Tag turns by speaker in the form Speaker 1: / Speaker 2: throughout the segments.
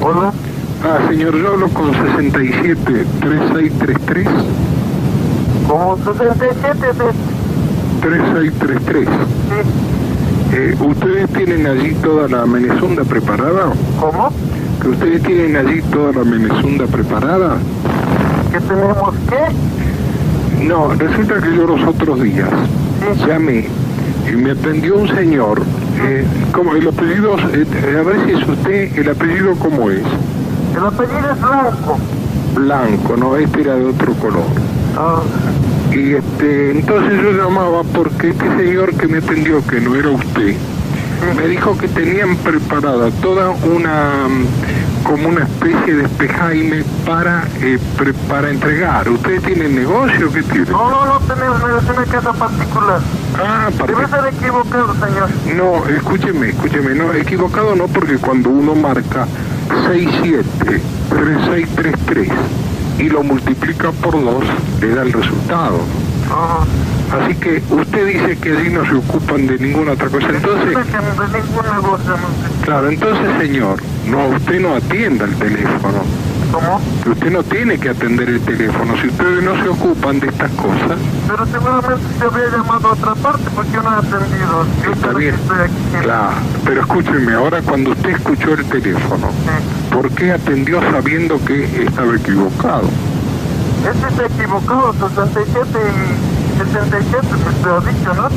Speaker 1: Hola.
Speaker 2: Ah, señor, yo hablo con 67-3633.
Speaker 1: ¿Cómo? 67, sí.
Speaker 2: 3633. Eh, ¿Ustedes tienen allí toda la menesunda preparada?
Speaker 1: ¿Cómo?
Speaker 2: ¿Que ustedes tienen allí toda la menesunda preparada?
Speaker 1: ¿Que tenemos qué?
Speaker 2: No, resulta que yo los otros días llamé y me atendió un señor. Eh, ¿Cómo? El apellido, eh, a ver si es usted, el apellido cómo es.
Speaker 1: El apellido es Blanco.
Speaker 2: Blanco, no, este era de otro color.
Speaker 1: Ah,
Speaker 2: Y este, entonces yo llamaba porque este señor que me atendió, que no era usted, me dijo que tenían preparada toda una mm, como una especie de espejaime para eh, pre- para entregar. ¿Ustedes tienen negocio? ¿Qué tienen?
Speaker 1: no, no, no tenemos, no, es una casa particular.
Speaker 2: Ah, para
Speaker 1: Debe estar equivocado, señor.
Speaker 2: No, escúcheme, escúcheme, no, equivocado no, porque cuando uno marca 673633 y lo multiplica por 2, le da el resultado.
Speaker 1: Ah,
Speaker 2: Así que usted dice que allí no se ocupan de ninguna otra cosa. Entonces,
Speaker 1: Dice que de ningún negocio, no.
Speaker 2: claro, entonces señor, no, usted no atienda el teléfono.
Speaker 1: ¿Cómo?
Speaker 2: Usted no tiene que atender el teléfono. Si ustedes no se ocupan de estas cosas,
Speaker 1: Pero seguramente se había llamado a otra parte porque yo no he atendido. Yo
Speaker 2: está
Speaker 1: creo que
Speaker 2: bien.
Speaker 1: Estoy aquí.
Speaker 2: Claro, pero escúcheme, ahora cuando usted escuchó el teléfono,
Speaker 1: Sí.
Speaker 2: ¿Por qué atendió sabiendo que estaba equivocado?
Speaker 1: Este está equivocado, 67 y 77, me lo ha dicho, ¿no?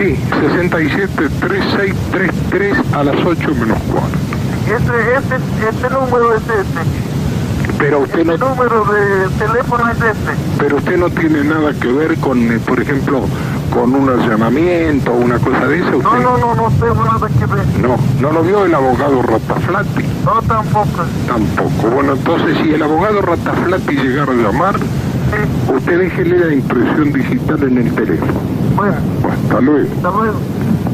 Speaker 2: Sí, 673633 a las 8 menos cuarto.
Speaker 1: Este, este, este número es este.
Speaker 2: Pero usted
Speaker 1: Este
Speaker 2: no,
Speaker 1: número de teléfono es este.
Speaker 2: pero usted no tiene nada que ver con, eh, por ejemplo, con un allanamiento o una cosa de esa. Usted
Speaker 1: No, no, no, no tengo nada que ver.
Speaker 2: no, no lo vio el abogado Rataflati
Speaker 1: No, tampoco.
Speaker 2: tampoco. Bueno, entonces si el abogado Rataflati llegara a llamar,
Speaker 1: Sí,
Speaker 2: usted déjele la impresión digital en el teléfono.
Speaker 1: bueno,
Speaker 2: Hasta luego.
Speaker 1: hasta luego.